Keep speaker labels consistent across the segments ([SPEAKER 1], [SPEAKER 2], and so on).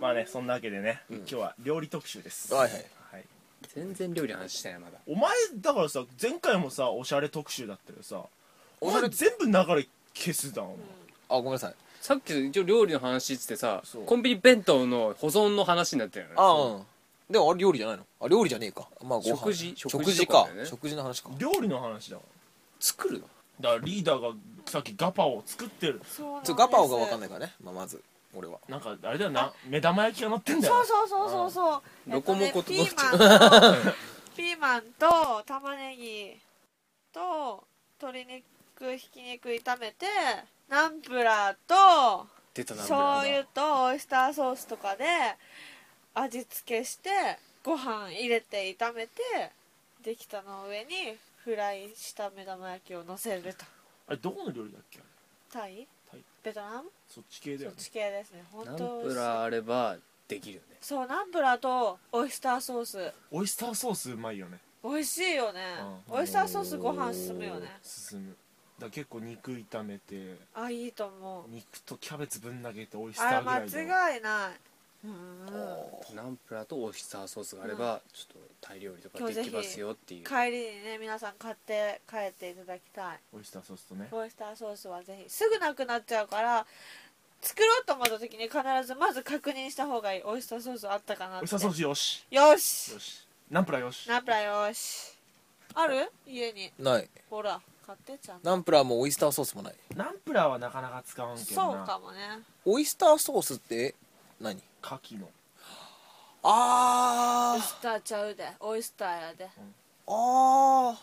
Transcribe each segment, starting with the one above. [SPEAKER 1] まあねそんなわけでね、今日は料理特集です
[SPEAKER 2] はいはい
[SPEAKER 1] はい
[SPEAKER 3] 全然料理の話してないまだ
[SPEAKER 1] お前だからさ前回もさおしゃれ特集だったけどさお
[SPEAKER 2] おしゃ
[SPEAKER 1] 前
[SPEAKER 2] れ
[SPEAKER 1] 全部流れ消すだん、
[SPEAKER 2] あごめんなさい
[SPEAKER 3] さっき一応料理の話っつってさ
[SPEAKER 1] そう
[SPEAKER 3] コンビニ弁当の保存の話になったよね
[SPEAKER 2] あうんでもあれ料理じゃないのあ料理じゃねえかまあご飯
[SPEAKER 3] 食事
[SPEAKER 2] 食
[SPEAKER 3] 食事
[SPEAKER 2] 事
[SPEAKER 3] とか
[SPEAKER 2] か
[SPEAKER 3] だよね
[SPEAKER 2] 食事の話か
[SPEAKER 1] 料理の話だもん
[SPEAKER 3] 作るの
[SPEAKER 1] だからリーダーがさっきガパオを作ってる
[SPEAKER 4] そうなんです
[SPEAKER 2] そうガパオが分かんないからね、まあ、まず俺は
[SPEAKER 1] なんかあれだよな目玉焼きが乗ってんだよ
[SPEAKER 4] そ
[SPEAKER 1] な
[SPEAKER 4] うそうそうそうそうえっ
[SPEAKER 3] ロコモコと
[SPEAKER 4] ピ
[SPEAKER 3] どっち
[SPEAKER 4] ーマンとピーマンと玉ねぎと鶏肉ひき肉炒めてナンプラーと
[SPEAKER 3] 出たな
[SPEAKER 4] 醤油
[SPEAKER 3] 俺
[SPEAKER 4] とオイスターソースとかで味付けしてご飯入れて炒めてできたの上にフライした目玉焼きを乗せると
[SPEAKER 1] あれどこの料理だっけあれ
[SPEAKER 4] タイ
[SPEAKER 1] タイ
[SPEAKER 4] ベトナム
[SPEAKER 1] そっち系だ
[SPEAKER 4] そ
[SPEAKER 1] よ
[SPEAKER 4] っ
[SPEAKER 1] ね
[SPEAKER 4] ち系ですね本
[SPEAKER 3] ナン
[SPEAKER 4] 当美
[SPEAKER 3] プ
[SPEAKER 4] 味しい
[SPEAKER 3] ラーあればできるよね
[SPEAKER 4] そうナンプラーとオイスターソース
[SPEAKER 1] オイスターソースうまいよね
[SPEAKER 4] 美味しいよね
[SPEAKER 1] うん
[SPEAKER 4] オイスターソースご飯進むよね
[SPEAKER 1] 進むだから結構肉炒めて
[SPEAKER 4] あいいと思う
[SPEAKER 1] 肉とキャベツぶん投げてオイスタ
[SPEAKER 4] あれ
[SPEAKER 1] ーぐらいで
[SPEAKER 4] 間違いないうん
[SPEAKER 3] ナンプラーとオイスターソースがあれば、ちょっとタイ料理とかできますよっていう
[SPEAKER 4] 帰りにね皆さん買って帰っていただきたい
[SPEAKER 1] オイスターソースとね
[SPEAKER 4] オイスターソースはぜひすぐなくなっちゃうから作ろうと思った時に必ずまず確認した方がいいオイスターソースあったかな
[SPEAKER 1] オ
[SPEAKER 4] っ
[SPEAKER 1] イ
[SPEAKER 4] て
[SPEAKER 1] スターソースよし
[SPEAKER 4] よし
[SPEAKER 1] よしナンプラーよし
[SPEAKER 4] ナンプラーよしある家に
[SPEAKER 2] ない
[SPEAKER 4] ほら買ってちゃんと
[SPEAKER 2] ナンプラーもオイスターソースもない
[SPEAKER 1] ナンプラーはなかなか使わんけど
[SPEAKER 4] そ
[SPEAKER 1] な
[SPEAKER 4] うかもね
[SPEAKER 2] オイスターソースって何
[SPEAKER 1] カキの
[SPEAKER 4] オイ
[SPEAKER 2] あ
[SPEAKER 4] スターちゃうでオイスターやで
[SPEAKER 2] ーあ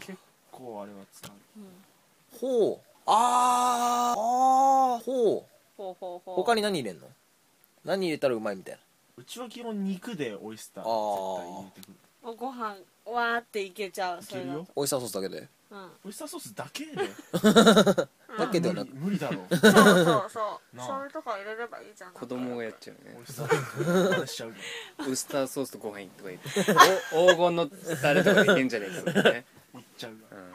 [SPEAKER 1] 結構あれは使う
[SPEAKER 2] ーほうあーあーほう
[SPEAKER 4] ほうほうほう
[SPEAKER 2] 他に何入れんの何入れたらうまいみたいな
[SPEAKER 1] うちは基本肉でオイスター
[SPEAKER 2] あー
[SPEAKER 1] 絶対入れてくる
[SPEAKER 4] もうご飯わーっていけちゃう
[SPEAKER 1] いけるよ
[SPEAKER 2] オイスターソースだけで
[SPEAKER 4] それだと
[SPEAKER 1] オイスターソースだけで
[SPEAKER 4] うん
[SPEAKER 2] だけど
[SPEAKER 1] 無
[SPEAKER 2] な
[SPEAKER 1] 理無理だろう
[SPEAKER 4] そうそうそう
[SPEAKER 1] なあ
[SPEAKER 4] 醤油とか入れればいいじゃん
[SPEAKER 3] 子供がやっちゃうね
[SPEAKER 1] オイスターソース話しちゃうけど
[SPEAKER 3] ウスターソースとご飯とか言ってお黄金のタレとかでいけんじゃねえかとか ね、
[SPEAKER 1] いっちゃうわ
[SPEAKER 3] うん、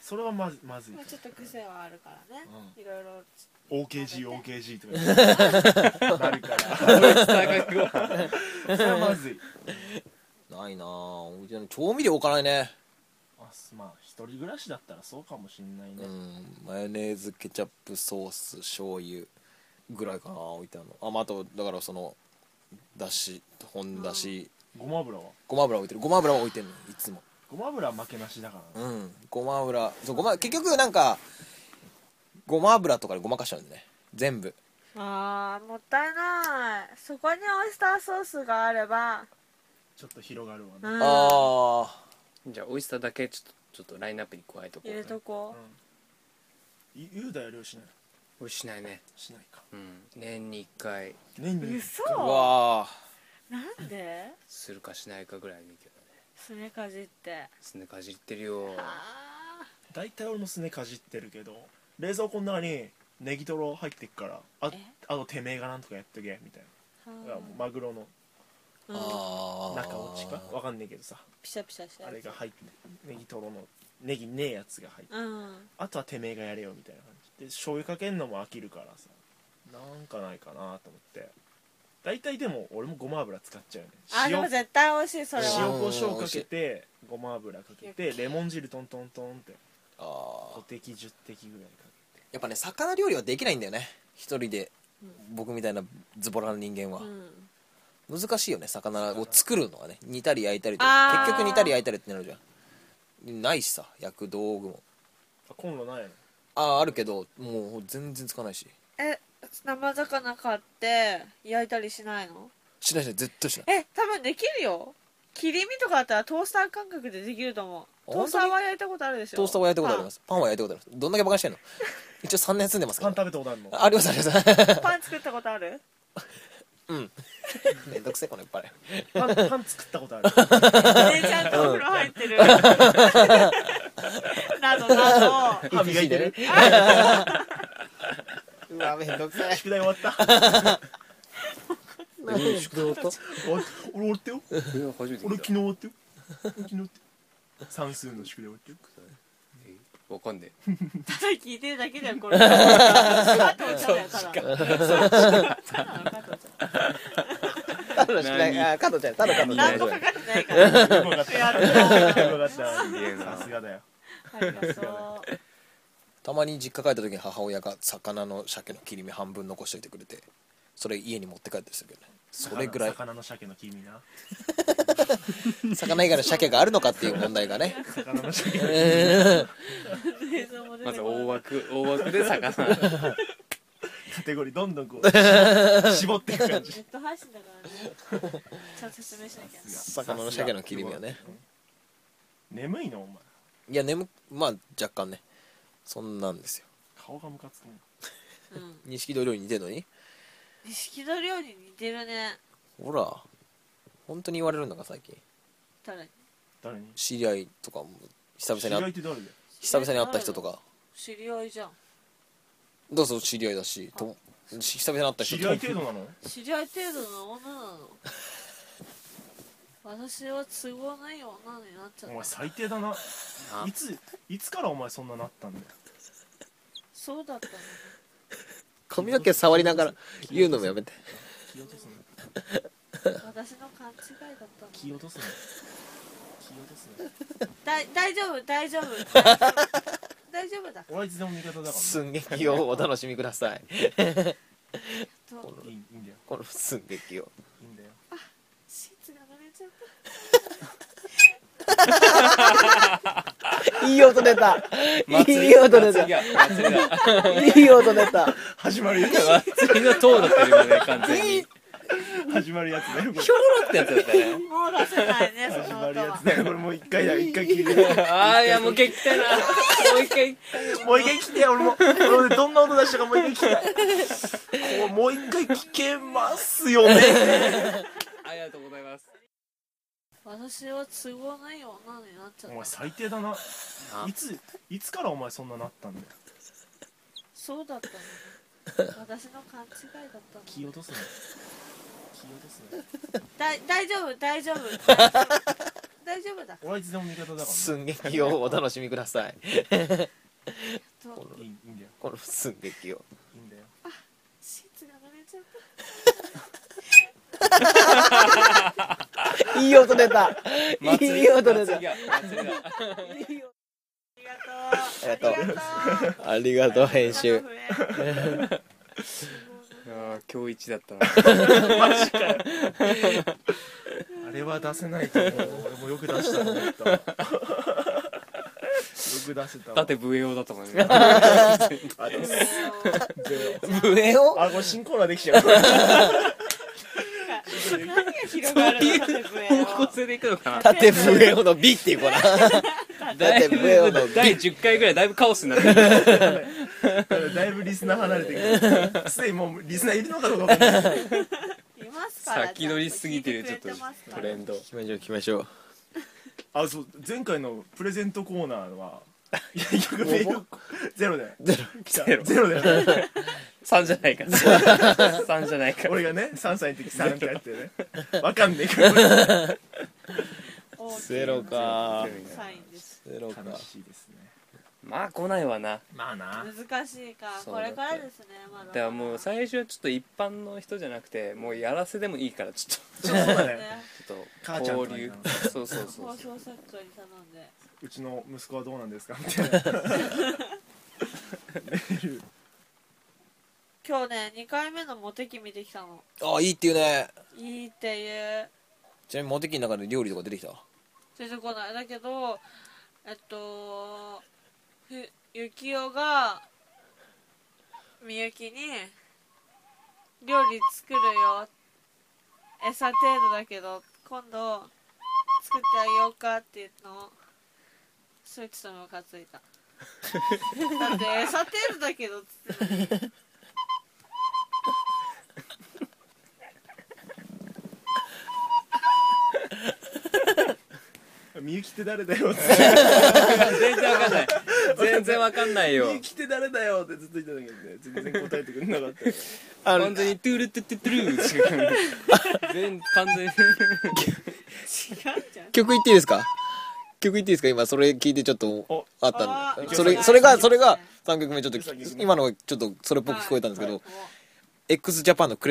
[SPEAKER 1] それはまずまずい
[SPEAKER 4] まあちょっと癖はあるからねいろいろ
[SPEAKER 1] OKGOKG とか言ってなるから
[SPEAKER 3] ウスターがご飯
[SPEAKER 1] それはまずい
[SPEAKER 2] ないなぁ調味料置かないね
[SPEAKER 1] あすまあ一人暮らしだったらそうかもしんないね、
[SPEAKER 2] うんマヨネーズケチャップソース醤油ぐらいかな置いてあるのあまああとだからそのだし本だし、
[SPEAKER 1] ごま油は
[SPEAKER 2] ごま油置いてるごま油は置いてるのいつも
[SPEAKER 1] ごま油は負けなしだからね
[SPEAKER 2] うんごま油そうごま結局なんかごま油とかでごまかしちゃうんでね全部
[SPEAKER 4] あーもったいないそこにオイスターソースがあれば
[SPEAKER 1] ちょっと広がるわ
[SPEAKER 4] う
[SPEAKER 1] ね、
[SPEAKER 4] ん
[SPEAKER 2] ああ
[SPEAKER 3] じゃあオイスターだけちょっとちょっとラインナップに加えとこう、
[SPEAKER 4] 入れとこ
[SPEAKER 1] う言うだよりはしない
[SPEAKER 3] これしないね、
[SPEAKER 1] しないか
[SPEAKER 3] うん、年に1回
[SPEAKER 1] 年
[SPEAKER 4] う
[SPEAKER 1] に
[SPEAKER 4] 嘘
[SPEAKER 2] うわ
[SPEAKER 4] なんです
[SPEAKER 3] るかしないかぐらいでいいけどね
[SPEAKER 4] すねかじって
[SPEAKER 3] すねかじってるよ
[SPEAKER 4] あ
[SPEAKER 1] 大体俺もすねかじってるけど冷蔵庫の中にネギトロ入ってっからあ
[SPEAKER 4] え
[SPEAKER 1] あとてめえがなんとかやっとけみたい
[SPEAKER 4] ー
[SPEAKER 1] な、マグロの
[SPEAKER 2] ー
[SPEAKER 4] うん
[SPEAKER 2] あー
[SPEAKER 1] 中落ちかわかんねえけどさ
[SPEAKER 4] ピシャピシャして
[SPEAKER 1] あれが入ってネギトロのネギねえやつが入って
[SPEAKER 4] うん
[SPEAKER 1] あとはてめえがやれよみたいな感じで醤油かけんのも飽きるからさなんかないかなと思って大体でも俺もごま油使っちゃうよね
[SPEAKER 4] あでも絶対美味しいそれ
[SPEAKER 1] 塩
[SPEAKER 4] は
[SPEAKER 1] コショウかけてごま油かけてレモン汁トントントンって
[SPEAKER 2] あ
[SPEAKER 1] 5
[SPEAKER 2] ー
[SPEAKER 1] 滴10滴ぐらいか
[SPEAKER 2] やっぱね魚料理はできないんだよね一人で僕みたいなズボラな人間は
[SPEAKER 4] う、ん
[SPEAKER 2] 難しいよね魚を作るのはね煮たり焼いたりと
[SPEAKER 4] あー
[SPEAKER 2] か結局煮たり焼いたりってなるじゃんないしさ焼く道具も
[SPEAKER 1] けてあコンロないの
[SPEAKER 2] あああるけどもう全然つかないし
[SPEAKER 4] え生魚買って焼いたりしないの
[SPEAKER 2] しないしない絶対しない
[SPEAKER 4] え多分できるよ切り身とかだったらトースター感覚でできると思う
[SPEAKER 2] 本当
[SPEAKER 4] ト
[SPEAKER 2] に
[SPEAKER 4] ースターは焼いたことあるでしょ
[SPEAKER 2] トースターは焼いたことありますパンは焼いたことありますどんだけバカに してんの一応3年住んでますか
[SPEAKER 1] パン
[SPEAKER 2] ら
[SPEAKER 1] 食べたことあ るの
[SPEAKER 2] あありますあります
[SPEAKER 4] パンパン作ったことあ る
[SPEAKER 2] めんどくせえこのいっぱい
[SPEAKER 1] パンパン作った ことある
[SPEAKER 4] 姉ちゃんとお風呂入ってるなどなど
[SPEAKER 1] 歯磨いてる
[SPEAKER 2] うわめんどくさい
[SPEAKER 1] 宿題終わ ったお俺終
[SPEAKER 2] 宿題終わった
[SPEAKER 1] わったよ
[SPEAKER 3] これは初めて
[SPEAKER 1] 俺
[SPEAKER 3] 見
[SPEAKER 1] 昨日終わったよ俺昨日
[SPEAKER 3] た
[SPEAKER 1] 終わったよ算数の宿題終わったよ
[SPEAKER 3] わかんね
[SPEAKER 4] ただ聞いてるだけだよこれ加藤ちゃんだよただそう加藤
[SPEAKER 2] ドじゃないあ加藤ちゃんただ加藤ちゃ
[SPEAKER 4] 何
[SPEAKER 2] ん
[SPEAKER 4] もかかってない から
[SPEAKER 1] よくわかった
[SPEAKER 4] や
[SPEAKER 1] よ
[SPEAKER 4] っ
[SPEAKER 1] く
[SPEAKER 4] た
[SPEAKER 1] わかった
[SPEAKER 3] げえな
[SPEAKER 1] さすがだよ
[SPEAKER 4] ありがとう
[SPEAKER 2] たまに実家帰った時に母親が魚の鮭の切り身半分残しといてくれてそれ家に持って帰ってるんですけどねそれぐらい
[SPEAKER 1] 魚の鮭の黄身な
[SPEAKER 2] 魚以外の鮭があるのかっていう問題がね
[SPEAKER 1] 魚の鮭
[SPEAKER 4] 映像も出
[SPEAKER 3] ま
[SPEAKER 4] て
[SPEAKER 3] ず
[SPEAKER 4] こない
[SPEAKER 3] 大枠大枠で魚
[SPEAKER 1] カテゴリーどんどんこう絞 っていく感じ
[SPEAKER 4] ネット配信だからねちゃんと説明しなきゃ
[SPEAKER 2] 魚の鮭の切り身はね
[SPEAKER 1] 眠いのお前
[SPEAKER 2] いや眠まあ若干ねそんなんですよ
[SPEAKER 1] 顔がムカつくね
[SPEAKER 4] うん
[SPEAKER 2] 錦戸料理似てるのに
[SPEAKER 4] 錦戸料理に似てるね
[SPEAKER 2] ほら本当に言われるんだから最近
[SPEAKER 4] 誰に
[SPEAKER 1] 誰に
[SPEAKER 2] 知り合いとかも久々に
[SPEAKER 1] 知り合い
[SPEAKER 2] 会
[SPEAKER 1] っ
[SPEAKER 2] って
[SPEAKER 1] 誰だよ
[SPEAKER 2] 久々に会った人とか
[SPEAKER 4] 知り合いじゃん
[SPEAKER 2] どうぞ知り合いだしとし久々に会った
[SPEAKER 1] 知り
[SPEAKER 2] 人
[SPEAKER 1] 合い
[SPEAKER 2] と
[SPEAKER 1] 程度なの
[SPEAKER 4] 知り合い程度の女なの私は都合のいい女になっちゃ
[SPEAKER 1] お
[SPEAKER 4] っ
[SPEAKER 1] 前
[SPEAKER 4] た
[SPEAKER 1] 最低だな
[SPEAKER 3] あ
[SPEAKER 1] いついつからお前そんななったんだよ
[SPEAKER 4] そうだったのね
[SPEAKER 2] 髪の毛触りながら言うのもやめて
[SPEAKER 1] 気落とすな
[SPEAKER 4] 私の勘違いだったの
[SPEAKER 1] 気落とすな気落とすな
[SPEAKER 4] だい大丈夫大 丈夫大丈夫だ
[SPEAKER 1] 俺はいつでも味方だからね
[SPEAKER 2] 寸劇をお楽しみください
[SPEAKER 4] と
[SPEAKER 1] いいいいんだよ
[SPEAKER 2] この寸劇を
[SPEAKER 1] いいんだよ
[SPEAKER 4] シーツが濡れちゃった
[SPEAKER 2] いい音出た いい音出た
[SPEAKER 3] 祭りだ祭りだ
[SPEAKER 2] いい音出た
[SPEAKER 1] 始まるや
[SPEAKER 3] 祭りの塔だったよ今ね完全に
[SPEAKER 1] つ始まるやつだよこれ
[SPEAKER 3] ひょろろってやつだったね
[SPEAKER 4] もう出せないね
[SPEAKER 1] 始
[SPEAKER 4] その
[SPEAKER 1] まる
[SPEAKER 4] 音
[SPEAKER 1] や
[SPEAKER 4] は
[SPEAKER 1] つだよこれもう一回だ一回聞いて
[SPEAKER 3] ああいやもう一回行きたいなもう一回
[SPEAKER 1] もう一回聞いて俺も俺もどんな音出したかもう一回聞きた いこうもう一回聞けますよね
[SPEAKER 3] ありがとうございます
[SPEAKER 4] 私は都合のいい女になっちゃっ
[SPEAKER 1] お前
[SPEAKER 4] た
[SPEAKER 1] 最低だないついつからお前そんななったんだよ
[SPEAKER 4] そうだったの ね私の勘違いだったの
[SPEAKER 1] 気落とすな気落とすな
[SPEAKER 4] だい大丈夫大丈夫大丈夫だ
[SPEAKER 1] 俺はいつでも味方だからね
[SPEAKER 2] 寸劇をお楽しみください
[SPEAKER 4] と
[SPEAKER 1] いいいいんだよ
[SPEAKER 2] この寸劇を
[SPEAKER 1] いいんだよ
[SPEAKER 4] シーツが濡れちゃっ
[SPEAKER 2] いい音出た
[SPEAKER 3] 祭
[SPEAKER 2] い
[SPEAKER 3] り
[SPEAKER 2] い音出た
[SPEAKER 3] 祭りだ祭りだ
[SPEAKER 4] たあり
[SPEAKER 2] りがとう
[SPEAKER 4] がとう
[SPEAKER 2] ありがとう編
[SPEAKER 4] ありが
[SPEAKER 2] 集
[SPEAKER 4] とう
[SPEAKER 3] ああ今日一だったな
[SPEAKER 1] あれは出せないと思う俺もよく出したと思 ったわよく出せたわ
[SPEAKER 3] だって VO だと 思うね
[SPEAKER 1] あれ
[SPEAKER 2] 上を
[SPEAKER 1] あこれ新コーナーできちゃう
[SPEAKER 4] 何が広がるのって笛を
[SPEAKER 3] 方向性でいくのかな
[SPEAKER 2] 縦笛をのビっていうかな 縦笛をの
[SPEAKER 3] 第
[SPEAKER 2] ビ
[SPEAKER 3] 10回ぐらいだいぶカオスになって る
[SPEAKER 1] だいぶリスナー離れてく るすでにもうリスナーいるのかどうかわかんない
[SPEAKER 4] いますから
[SPEAKER 3] 先取りしすぎてる
[SPEAKER 4] ちゃんと聞いてくれますから
[SPEAKER 3] トレンド
[SPEAKER 2] 聞きましょう聞きましょう
[SPEAKER 1] あそう前回のプレゼントコーナー は結局メールゼロだよ
[SPEAKER 2] ゼロ
[SPEAKER 1] 来た
[SPEAKER 3] ゼロ
[SPEAKER 1] ゼロだよね
[SPEAKER 3] 3じゃないか3じゃないか
[SPEAKER 1] 俺がね3歳の時3ってやってね わかんねえから
[SPEAKER 4] 大きい
[SPEAKER 2] ゼロか
[SPEAKER 4] サインです
[SPEAKER 2] ゼロか
[SPEAKER 1] 悲しいですね
[SPEAKER 3] まあ来ないわな
[SPEAKER 1] まあな
[SPEAKER 4] 難しいか
[SPEAKER 2] そう
[SPEAKER 4] こ
[SPEAKER 2] だっ
[SPEAKER 4] れ
[SPEAKER 2] て
[SPEAKER 4] からですねまだ
[SPEAKER 3] だからもう最初はちょっと一般の人じゃなくてもうやらせでもいいからちょ
[SPEAKER 1] ちょっとそうだね
[SPEAKER 4] ね
[SPEAKER 3] っとちょ
[SPEAKER 1] 母
[SPEAKER 3] っ
[SPEAKER 1] ちゃん
[SPEAKER 3] と
[SPEAKER 1] と
[SPEAKER 3] 交流
[SPEAKER 1] かに
[SPEAKER 3] そうそうそ
[SPEAKER 4] 放
[SPEAKER 3] うそう
[SPEAKER 4] 送作家に頼んで
[SPEAKER 1] うちの息子はどうなんですかみ たいなメール
[SPEAKER 4] 今日ね2回目のモテ期見てきたの
[SPEAKER 2] あいいっていうね
[SPEAKER 4] いいっていう
[SPEAKER 2] ちなみにモテキの中で料理とか出てきた
[SPEAKER 4] 出てこないだけどえっとふゆきおがみゆきに料理作るよ餌程度だけど今度作ってあげようかっていうのをそいつともムカついただって餌程度だけどっつってんのに
[SPEAKER 1] みゆきって誰だよって
[SPEAKER 3] 全然わかんない全然わかんないよ
[SPEAKER 1] みゆきって誰だよってずっと言ってたんだけどね全然答えてくれなかったよ
[SPEAKER 2] あ
[SPEAKER 3] 完全にトゥルトゥトゥトゥルーしか全完全に
[SPEAKER 4] 違うじゃん
[SPEAKER 2] 曲言っていいですか曲言っていいですか今それ聞いてちょっと
[SPEAKER 1] お
[SPEAKER 2] あったん
[SPEAKER 4] あ
[SPEAKER 2] で
[SPEAKER 4] ー
[SPEAKER 2] それそれがそれが3曲目ちょっと聞今のちょっとそれっぽく聞こえたんですけど
[SPEAKER 4] はい
[SPEAKER 2] x ジャパンの「紅」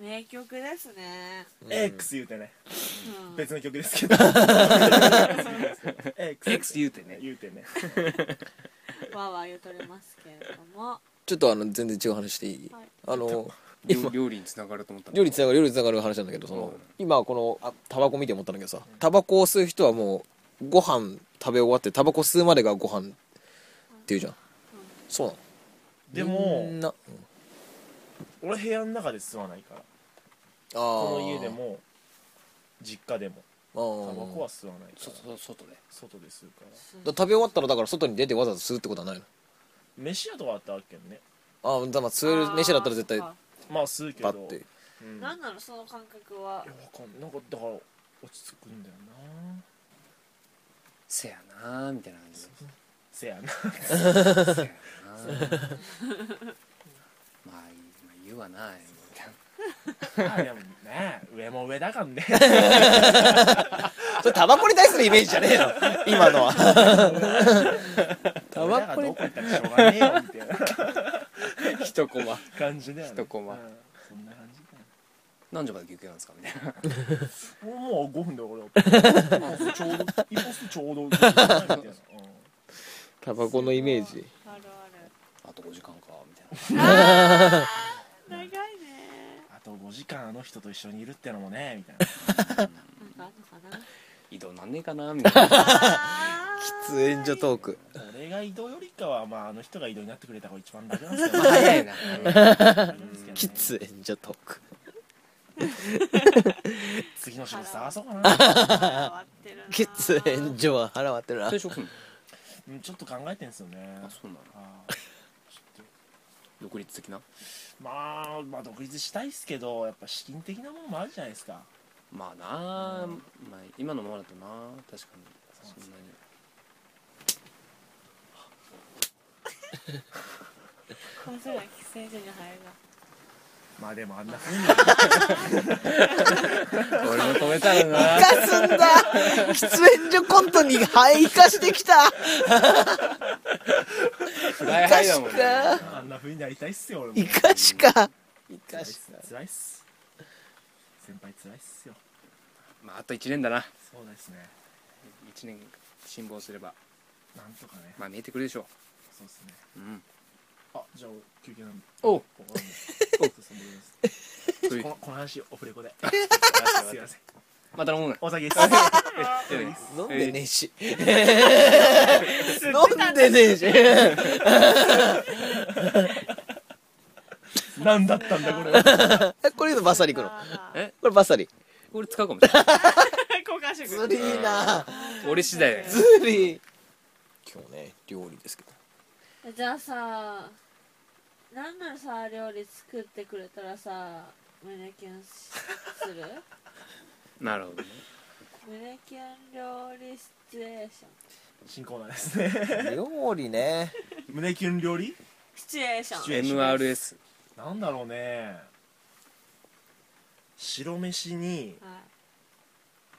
[SPEAKER 4] 名曲ですね、
[SPEAKER 1] X 言うてね
[SPEAKER 4] うん、
[SPEAKER 1] 別の曲ですけど
[SPEAKER 3] X
[SPEAKER 1] X
[SPEAKER 3] 言うてね
[SPEAKER 1] 言うてね
[SPEAKER 4] わーわー言うとりますけれども
[SPEAKER 2] ちょっとあの全然違う話していい、
[SPEAKER 4] はい
[SPEAKER 2] あの
[SPEAKER 3] 料料理につながると思った
[SPEAKER 2] 料理つながる料理つながる話なんだけどその、今このあタバコ見て思ったんだけどさタバコを吸う人はもうご飯食べ終わってタバコ吸うまでがご飯っていうじゃん、そうなの
[SPEAKER 1] でも
[SPEAKER 2] みんなうん
[SPEAKER 1] 俺部屋の中で吸わないから
[SPEAKER 2] あ
[SPEAKER 1] こ
[SPEAKER 2] こ
[SPEAKER 1] の家でも実家でも
[SPEAKER 2] タバ
[SPEAKER 1] タバコは吸わないか
[SPEAKER 3] そ
[SPEAKER 1] ら
[SPEAKER 3] そ外で
[SPEAKER 1] 外で吸うから
[SPEAKER 2] だ食べ終わったらだから外に出てわざわざ吸うってことはないの
[SPEAKER 1] 飯屋とかあったわけね
[SPEAKER 2] ああだから吸える飯だったら絶対
[SPEAKER 4] あーそっか
[SPEAKER 1] まあ吸うけ
[SPEAKER 2] パ
[SPEAKER 1] ど
[SPEAKER 2] ッて
[SPEAKER 1] うん、いやわ
[SPEAKER 4] 何なのその感覚は
[SPEAKER 1] かんないなんかだから落ち着くんだよな
[SPEAKER 3] せやなーみたいな感じ
[SPEAKER 1] せやな
[SPEAKER 3] せやなーまあいいまあ言うわなーみたいな
[SPEAKER 1] あでもね上も上だから ね
[SPEAKER 2] それタバコに対するイメージじゃね えの今のはタ
[SPEAKER 1] 俺ら
[SPEAKER 2] バ
[SPEAKER 1] が
[SPEAKER 2] コ
[SPEAKER 1] ど
[SPEAKER 2] に
[SPEAKER 1] こ行ったってしょうがねえよみたいな
[SPEAKER 3] 一コマ
[SPEAKER 1] 感じだよね
[SPEAKER 3] 一コマ
[SPEAKER 1] うんそんな感じだよね
[SPEAKER 3] 何時まで休憩なんですかみたいな
[SPEAKER 1] もう5分で俺あちょうど一歩数ちょうどみたいな、うん
[SPEAKER 2] タバコのイメージ
[SPEAKER 4] ある
[SPEAKER 3] あと5時間かみたい
[SPEAKER 4] ある長いね
[SPEAKER 1] あと5時間あの人と一緒にいるってのもねみたいな
[SPEAKER 4] なんかあるのかな
[SPEAKER 3] な移動なんねえかなみたいな
[SPEAKER 4] あー
[SPEAKER 2] 喫煙所トーク
[SPEAKER 1] 俺が移動よりかは、まあ、あの人が移動になってくれた方が一番楽なんですけどね
[SPEAKER 3] 早いな
[SPEAKER 1] うん
[SPEAKER 2] 喫煙所トーク
[SPEAKER 1] 次の仕事探そうかな
[SPEAKER 4] 変わってるな
[SPEAKER 2] 喫煙所は腹割ってるな
[SPEAKER 3] 最初来んの
[SPEAKER 1] うんちょっと考えてんすよね
[SPEAKER 3] あそうなの
[SPEAKER 1] あーちょっ
[SPEAKER 3] 独立的な
[SPEAKER 1] とまあまあ独立したいっすけどやっぱ資金的なものもあるじゃないですか
[SPEAKER 3] まあなあ、まあ、今のままだとな確かにそんなに
[SPEAKER 4] こうすれば喫煙所に入るな
[SPEAKER 1] まあでもあんな風に
[SPEAKER 3] 俺も止めたらな
[SPEAKER 2] かすんだ喫煙所コントに生かしてきた
[SPEAKER 3] 大敗だもんね
[SPEAKER 2] 確
[SPEAKER 1] あんな風になりたいっすよ俺も
[SPEAKER 2] 生かしか生
[SPEAKER 1] 辛い
[SPEAKER 2] か
[SPEAKER 1] っ
[SPEAKER 2] し
[SPEAKER 1] す辛いっす先輩辛いっすよ
[SPEAKER 3] まああと1年だな
[SPEAKER 1] そうですね
[SPEAKER 3] 1年辛抱すれば
[SPEAKER 1] なんとかね
[SPEAKER 3] まあ見えてくるでしょ
[SPEAKER 1] そうですね
[SPEAKER 3] ううん
[SPEAKER 1] あじゃあ休憩なんで
[SPEAKER 3] おう
[SPEAKER 1] ここなんでお疲れ様です
[SPEAKER 3] という
[SPEAKER 1] このこの話オフレコですいません
[SPEAKER 3] また飲もうな
[SPEAKER 1] お酒です
[SPEAKER 3] いやいや
[SPEAKER 2] 飲んでねえし飲んでねえし
[SPEAKER 1] 何だったんだこれは
[SPEAKER 2] これいうのバサリいくのこ
[SPEAKER 4] あ
[SPEAKER 3] え
[SPEAKER 2] れバサリ
[SPEAKER 3] 俺使うかもしれない
[SPEAKER 4] ー交換して
[SPEAKER 2] ず
[SPEAKER 4] く
[SPEAKER 2] り
[SPEAKER 4] れ
[SPEAKER 2] ーな
[SPEAKER 3] 俺次第だよ
[SPEAKER 2] ずりー今日ね料理ですけど
[SPEAKER 4] じゃあさなんならさ料理作ってくれたらさ胸キュンしする
[SPEAKER 3] なるほどね
[SPEAKER 4] 胸キュン料理シチュエーション
[SPEAKER 1] 新コーナーですね
[SPEAKER 2] 料理ね
[SPEAKER 1] 胸キュン料理
[SPEAKER 4] シチュエーション
[SPEAKER 1] シチュエーション
[SPEAKER 3] MRS
[SPEAKER 1] なんだろうね白飯に
[SPEAKER 4] は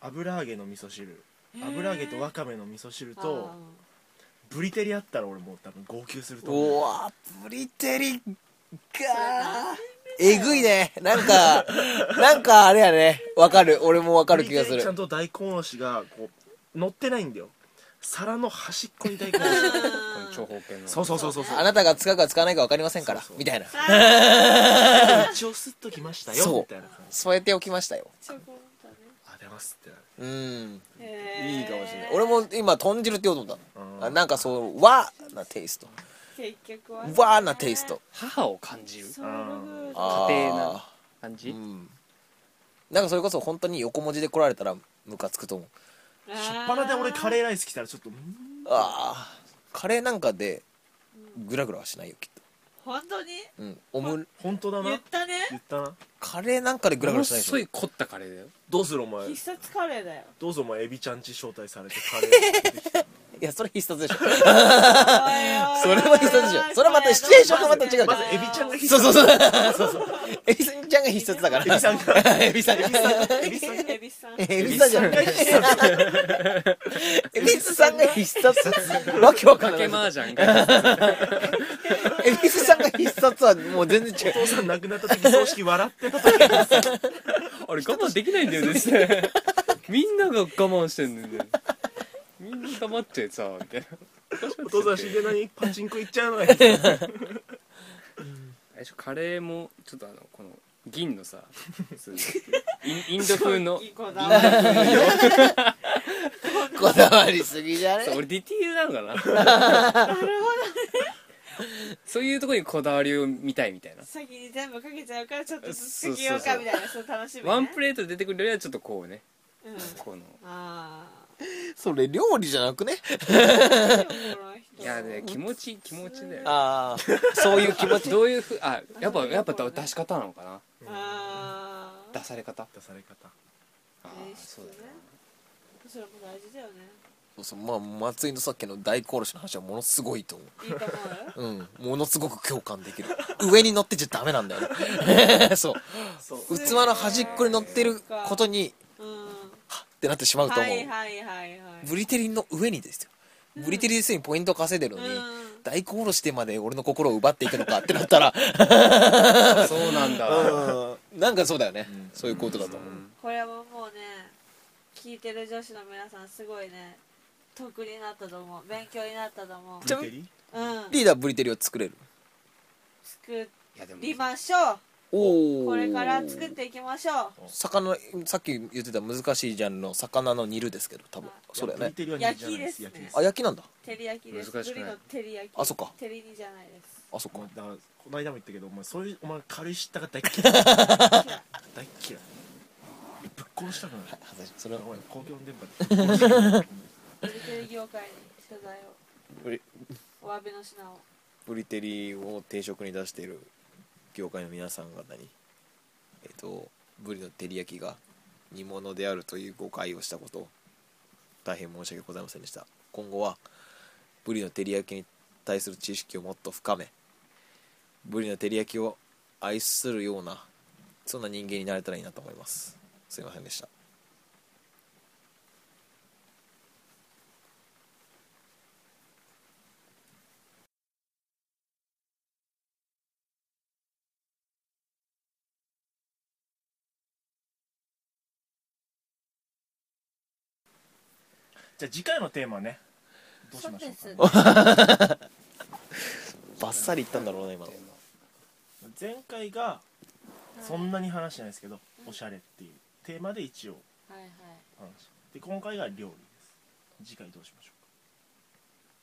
[SPEAKER 1] 油揚げの味噌汁
[SPEAKER 4] い
[SPEAKER 1] 油揚げとわかめの味噌汁と
[SPEAKER 4] あ
[SPEAKER 1] ブリテリあったら俺もう多分号泣すると
[SPEAKER 2] う
[SPEAKER 1] 思う
[SPEAKER 2] わブリテリかえぐいねなんかなんかあれやねわかる俺もわかる気がす
[SPEAKER 1] ブリテリちゃん
[SPEAKER 2] る
[SPEAKER 1] と大根おろしがこう乗ってないんだよ皿の端っこに大根おろし
[SPEAKER 4] ー
[SPEAKER 3] この長方形 の
[SPEAKER 1] そうそうそうそうそう
[SPEAKER 2] あなたが使うか使わないかわかりませんから
[SPEAKER 1] そうそう
[SPEAKER 2] みたいな
[SPEAKER 1] 一応吸っときました
[SPEAKER 2] そう
[SPEAKER 1] よみたいな感じ
[SPEAKER 2] 添えておきましたよ
[SPEAKER 4] チョコだね
[SPEAKER 1] あ出ますってなる
[SPEAKER 2] うん
[SPEAKER 4] へー
[SPEAKER 2] いいかもしれない俺も今豚汁って言おうと思っ
[SPEAKER 1] うん
[SPEAKER 2] たあなんかそう和なテイスト
[SPEAKER 4] 結局はね
[SPEAKER 2] 和なテイスト
[SPEAKER 3] 母を感じる
[SPEAKER 4] ソウルフード
[SPEAKER 2] あー
[SPEAKER 3] 家庭な感じ
[SPEAKER 2] うんなんかそれこそ本当に横文字で来られたらムカつくと思う
[SPEAKER 1] しょっぱなで俺カ
[SPEAKER 4] ー
[SPEAKER 1] レーライス来たらちょっとうん
[SPEAKER 2] あーカレーなんかでグラグラはしないよきっ
[SPEAKER 4] 本当に
[SPEAKER 2] とうんオム
[SPEAKER 1] 本当だな
[SPEAKER 4] 言ったね
[SPEAKER 1] 言ったな
[SPEAKER 2] カレーなんかでグラグ
[SPEAKER 3] もの
[SPEAKER 2] ラしないですし
[SPEAKER 3] ご
[SPEAKER 2] ょ
[SPEAKER 3] い凝ったカレーだよ
[SPEAKER 1] どうするお前
[SPEAKER 4] 必殺カレーだよ
[SPEAKER 1] どうぞお前エビちゃんち招待されてカレ ー持ってきた
[SPEAKER 2] いやそれ必殺でしょ
[SPEAKER 4] そ
[SPEAKER 2] それは必殺でしょそれはまたシチュエーションがまた違うじゃん
[SPEAKER 1] まずエビちゃんが来
[SPEAKER 2] そうそうそうそうそうエビさんちゃんが必殺だから
[SPEAKER 1] エビさんが
[SPEAKER 2] エビさんが
[SPEAKER 1] エビさ んが
[SPEAKER 4] エビさん
[SPEAKER 2] エビさんじゃない
[SPEAKER 1] エビさんが
[SPEAKER 2] エビさんが必殺わけわかん
[SPEAKER 3] か
[SPEAKER 2] ない
[SPEAKER 3] け麻雀が
[SPEAKER 2] えみふさんが必殺はもう全然違
[SPEAKER 1] お
[SPEAKER 2] う
[SPEAKER 1] 父さん亡くなった時葬式笑ってた時です
[SPEAKER 5] あれ我慢できないんだ よね実際みんなが我慢してんだよねみんな黙っちゃいさみたいな
[SPEAKER 1] お父さん死んで何パチンコ行っちゃう のがいいです
[SPEAKER 5] 最初カレーもちょっとあのこの銀の さインインド風の
[SPEAKER 4] いい子だ
[SPEAKER 2] こだわりすぎじゃね
[SPEAKER 5] そう俺ディティールなのかななるほどねそういうところにこだわりを見たいみたいな
[SPEAKER 4] 先に全部かけちゃうからちょっとずつかけようかみたいなそう楽しみね
[SPEAKER 5] ワンプレートで出てくるよりはちょっとこうね
[SPEAKER 4] うん
[SPEAKER 5] この
[SPEAKER 4] あ
[SPEAKER 2] それ料理じゃなくね
[SPEAKER 4] あでもこの人
[SPEAKER 5] いやね気持ち気持ちだよね
[SPEAKER 2] ああそういう気持ち
[SPEAKER 5] どういうふうあやっぱやっぱだ出し方なのかな
[SPEAKER 4] ああ
[SPEAKER 5] 出され方
[SPEAKER 1] 出され方
[SPEAKER 5] あーそうだな
[SPEAKER 4] それも大事だよね
[SPEAKER 2] そうそうまあ松井のさっきの大殺しの話はものすごいと思
[SPEAKER 4] いいと思う
[SPEAKER 2] ううんものすごく共感できる上に乗ってちゃダメなんだよね そう
[SPEAKER 1] そう
[SPEAKER 2] 器の端っこに乗ってることに
[SPEAKER 4] うん
[SPEAKER 2] ってなってしまうと思う、
[SPEAKER 4] はいはいはいはい
[SPEAKER 2] ブリテリンの上にですよブリテリンすでにポイント稼いでるのに、
[SPEAKER 4] うん
[SPEAKER 2] 大根おろしでまで俺の心を奪っていくのかってなったら
[SPEAKER 5] あそうなんだ
[SPEAKER 2] なんかそうだよね、そういうことだと思う、
[SPEAKER 4] これはもうね聞いてる女子の皆さんすごいね得になったと思う勉強になったと思う
[SPEAKER 1] ブリテリ
[SPEAKER 4] うん
[SPEAKER 2] リーダーブリテリを作れる
[SPEAKER 4] 作
[SPEAKER 5] いやでも
[SPEAKER 4] りましょ
[SPEAKER 2] お
[SPEAKER 4] うこれから作っていきましょ
[SPEAKER 2] 魚さっき言ってた難しいジャンルの魚の煮るですけど多分
[SPEAKER 4] はい
[SPEAKER 2] そうだよ
[SPEAKER 1] ブリ
[SPEAKER 2] ね
[SPEAKER 1] テリは肉じゃないです
[SPEAKER 4] 焼きですね
[SPEAKER 2] あ焼きなんだ
[SPEAKER 4] う照り焼きです
[SPEAKER 5] 難しくない
[SPEAKER 4] ブリの照り焼き
[SPEAKER 2] あそっか
[SPEAKER 4] 照り煮じゃな いです
[SPEAKER 2] あそっ
[SPEAKER 1] お前
[SPEAKER 2] か
[SPEAKER 1] だからこの間も言ったけどお前そういうお前軽い知ったが大っ嫌 い大っ嫌いぶっ殺したくなる
[SPEAKER 2] それは
[SPEAKER 1] お前公共の電波でぶっ殺したくなる
[SPEAKER 4] ブリテリ業界に謝罪を
[SPEAKER 2] ブリ
[SPEAKER 4] お詫びの品を
[SPEAKER 2] ブリテリを定食に出している業界の皆さんが何えっ、とブリの照り焼きが煮物であるという誤解をしたこと大変申し訳ございませんでした今後はブリの照り焼きに対する知識をもっと深めブリの照り焼きを愛するようなそんな人間になれたらいいなと思いますすいませんでした
[SPEAKER 1] じゃあ次回のテーマねどうし
[SPEAKER 4] そう
[SPEAKER 1] ましょ
[SPEAKER 4] で
[SPEAKER 1] うか
[SPEAKER 4] すね
[SPEAKER 2] バッサリいったんだろうな今の
[SPEAKER 1] 前回がそんなに話してないですけど、おしゃれっていうテーマで一応
[SPEAKER 4] はいはい
[SPEAKER 1] 話で今回が料理です次回どうしましょ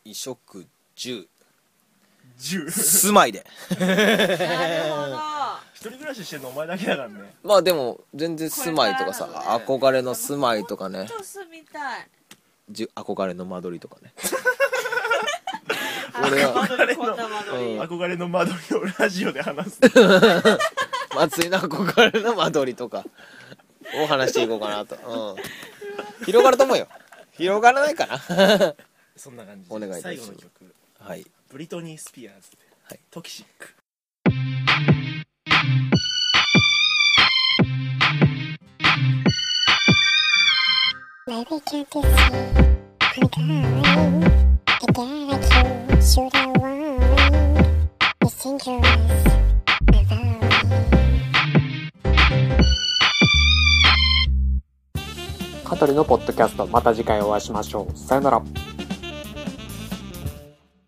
[SPEAKER 2] 衣食住
[SPEAKER 1] うか10
[SPEAKER 2] 住まいで
[SPEAKER 4] なるほど
[SPEAKER 1] 一人暮らししてるのお前だけだからね
[SPEAKER 2] まあでも全然住まいとかさ
[SPEAKER 4] これからなのね
[SPEAKER 2] 憧れの住まいとかね
[SPEAKER 4] ちょっと住みたい
[SPEAKER 2] じゅ憧れの間取りとかね 俺は
[SPEAKER 4] あれこんな間取り
[SPEAKER 2] うん
[SPEAKER 1] 憧れの間取りをラジオで話 す
[SPEAKER 2] 松井の憧れの間取りと かを話していこうかなと、うん、広がると思うよ広がらないかな
[SPEAKER 1] そんな感じで
[SPEAKER 2] お願いいたしま
[SPEAKER 1] 最後
[SPEAKER 2] す
[SPEAKER 1] の曲
[SPEAKER 2] はい
[SPEAKER 1] ブリトニー・スピアーズで、
[SPEAKER 2] はい
[SPEAKER 1] トキシック
[SPEAKER 6] 香取のポッドキャストまた次回お会いしましょうさよなら